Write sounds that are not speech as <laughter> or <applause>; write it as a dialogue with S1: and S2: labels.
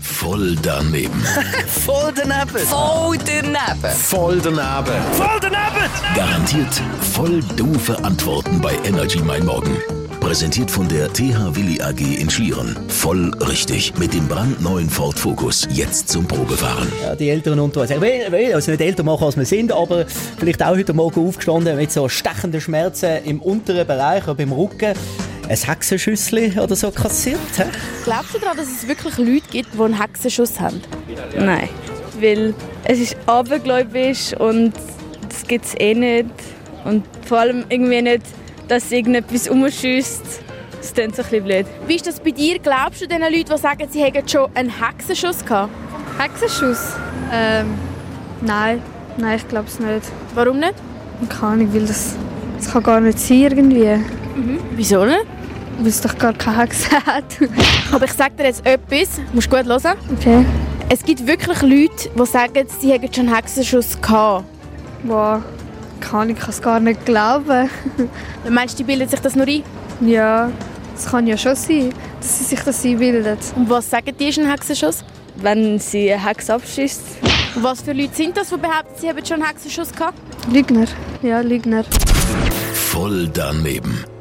S1: Voll daneben.
S2: Voll daneben.
S3: Voll daneben.
S1: Voll daneben.
S2: Voll daneben.
S1: Garantiert voll doofe Antworten bei Energy Mein Morgen. Präsentiert von der TH Willi AG in Schlieren. Voll richtig. Mit dem brandneuen Ford Focus. Jetzt zum Probefahren.
S4: Ja, äh, die Eltern unter uns. Ich will, will also nicht älter machen, als wir sind, aber vielleicht auch heute Morgen aufgestanden mit so stechenden Schmerzen im unteren Bereich oder beim Rücken. Ein Hexenschüssli oder so kassiert. hä?
S5: Glaubst du daran, dass es wirklich Leute gibt, die einen Hexenschuss haben?
S6: Nein, weil es ist abergläubisch und das gibt es eh nicht. Und vor allem irgendwie nicht, dass irgendetwas umschießt. Das klingt so ein bisschen blöd.
S5: Wie ist das bei dir? Glaubst du den Leuten, die sagen, sie hätten schon einen Hexenschuss gehabt?
S7: Hexenschuss? Ähm, nein. Nein, ich glaube es nicht.
S5: Warum nicht?
S7: Keine Ahnung, weil das, das kann gar nicht sein irgendwie. Weil
S5: Wieso nicht?
S7: es doch gar keine <laughs> Hexe hat.
S5: Aber ich sage dir jetzt etwas, du musst gut hören.
S7: Okay.
S5: Es gibt wirklich Leute, die sagen, sie hätten schon einen Hexenschuss gehabt.
S7: Boah. Keine Ahnung, ich kann es gar nicht glauben.
S5: Dann Meinst du, die bilden sich das nur ein?
S7: Ja, es kann ja schon sein, dass sie sich das einbilden.
S5: Und was sagen die, ist ein Hexenschuss?
S6: Wenn sie eine Hex abschießt,
S5: Und was für Leute sind das, die behaupten, sie hätten schon einen Hexenschuss gehabt?
S7: Lügner. Ja, Lügner.
S1: Voll daneben.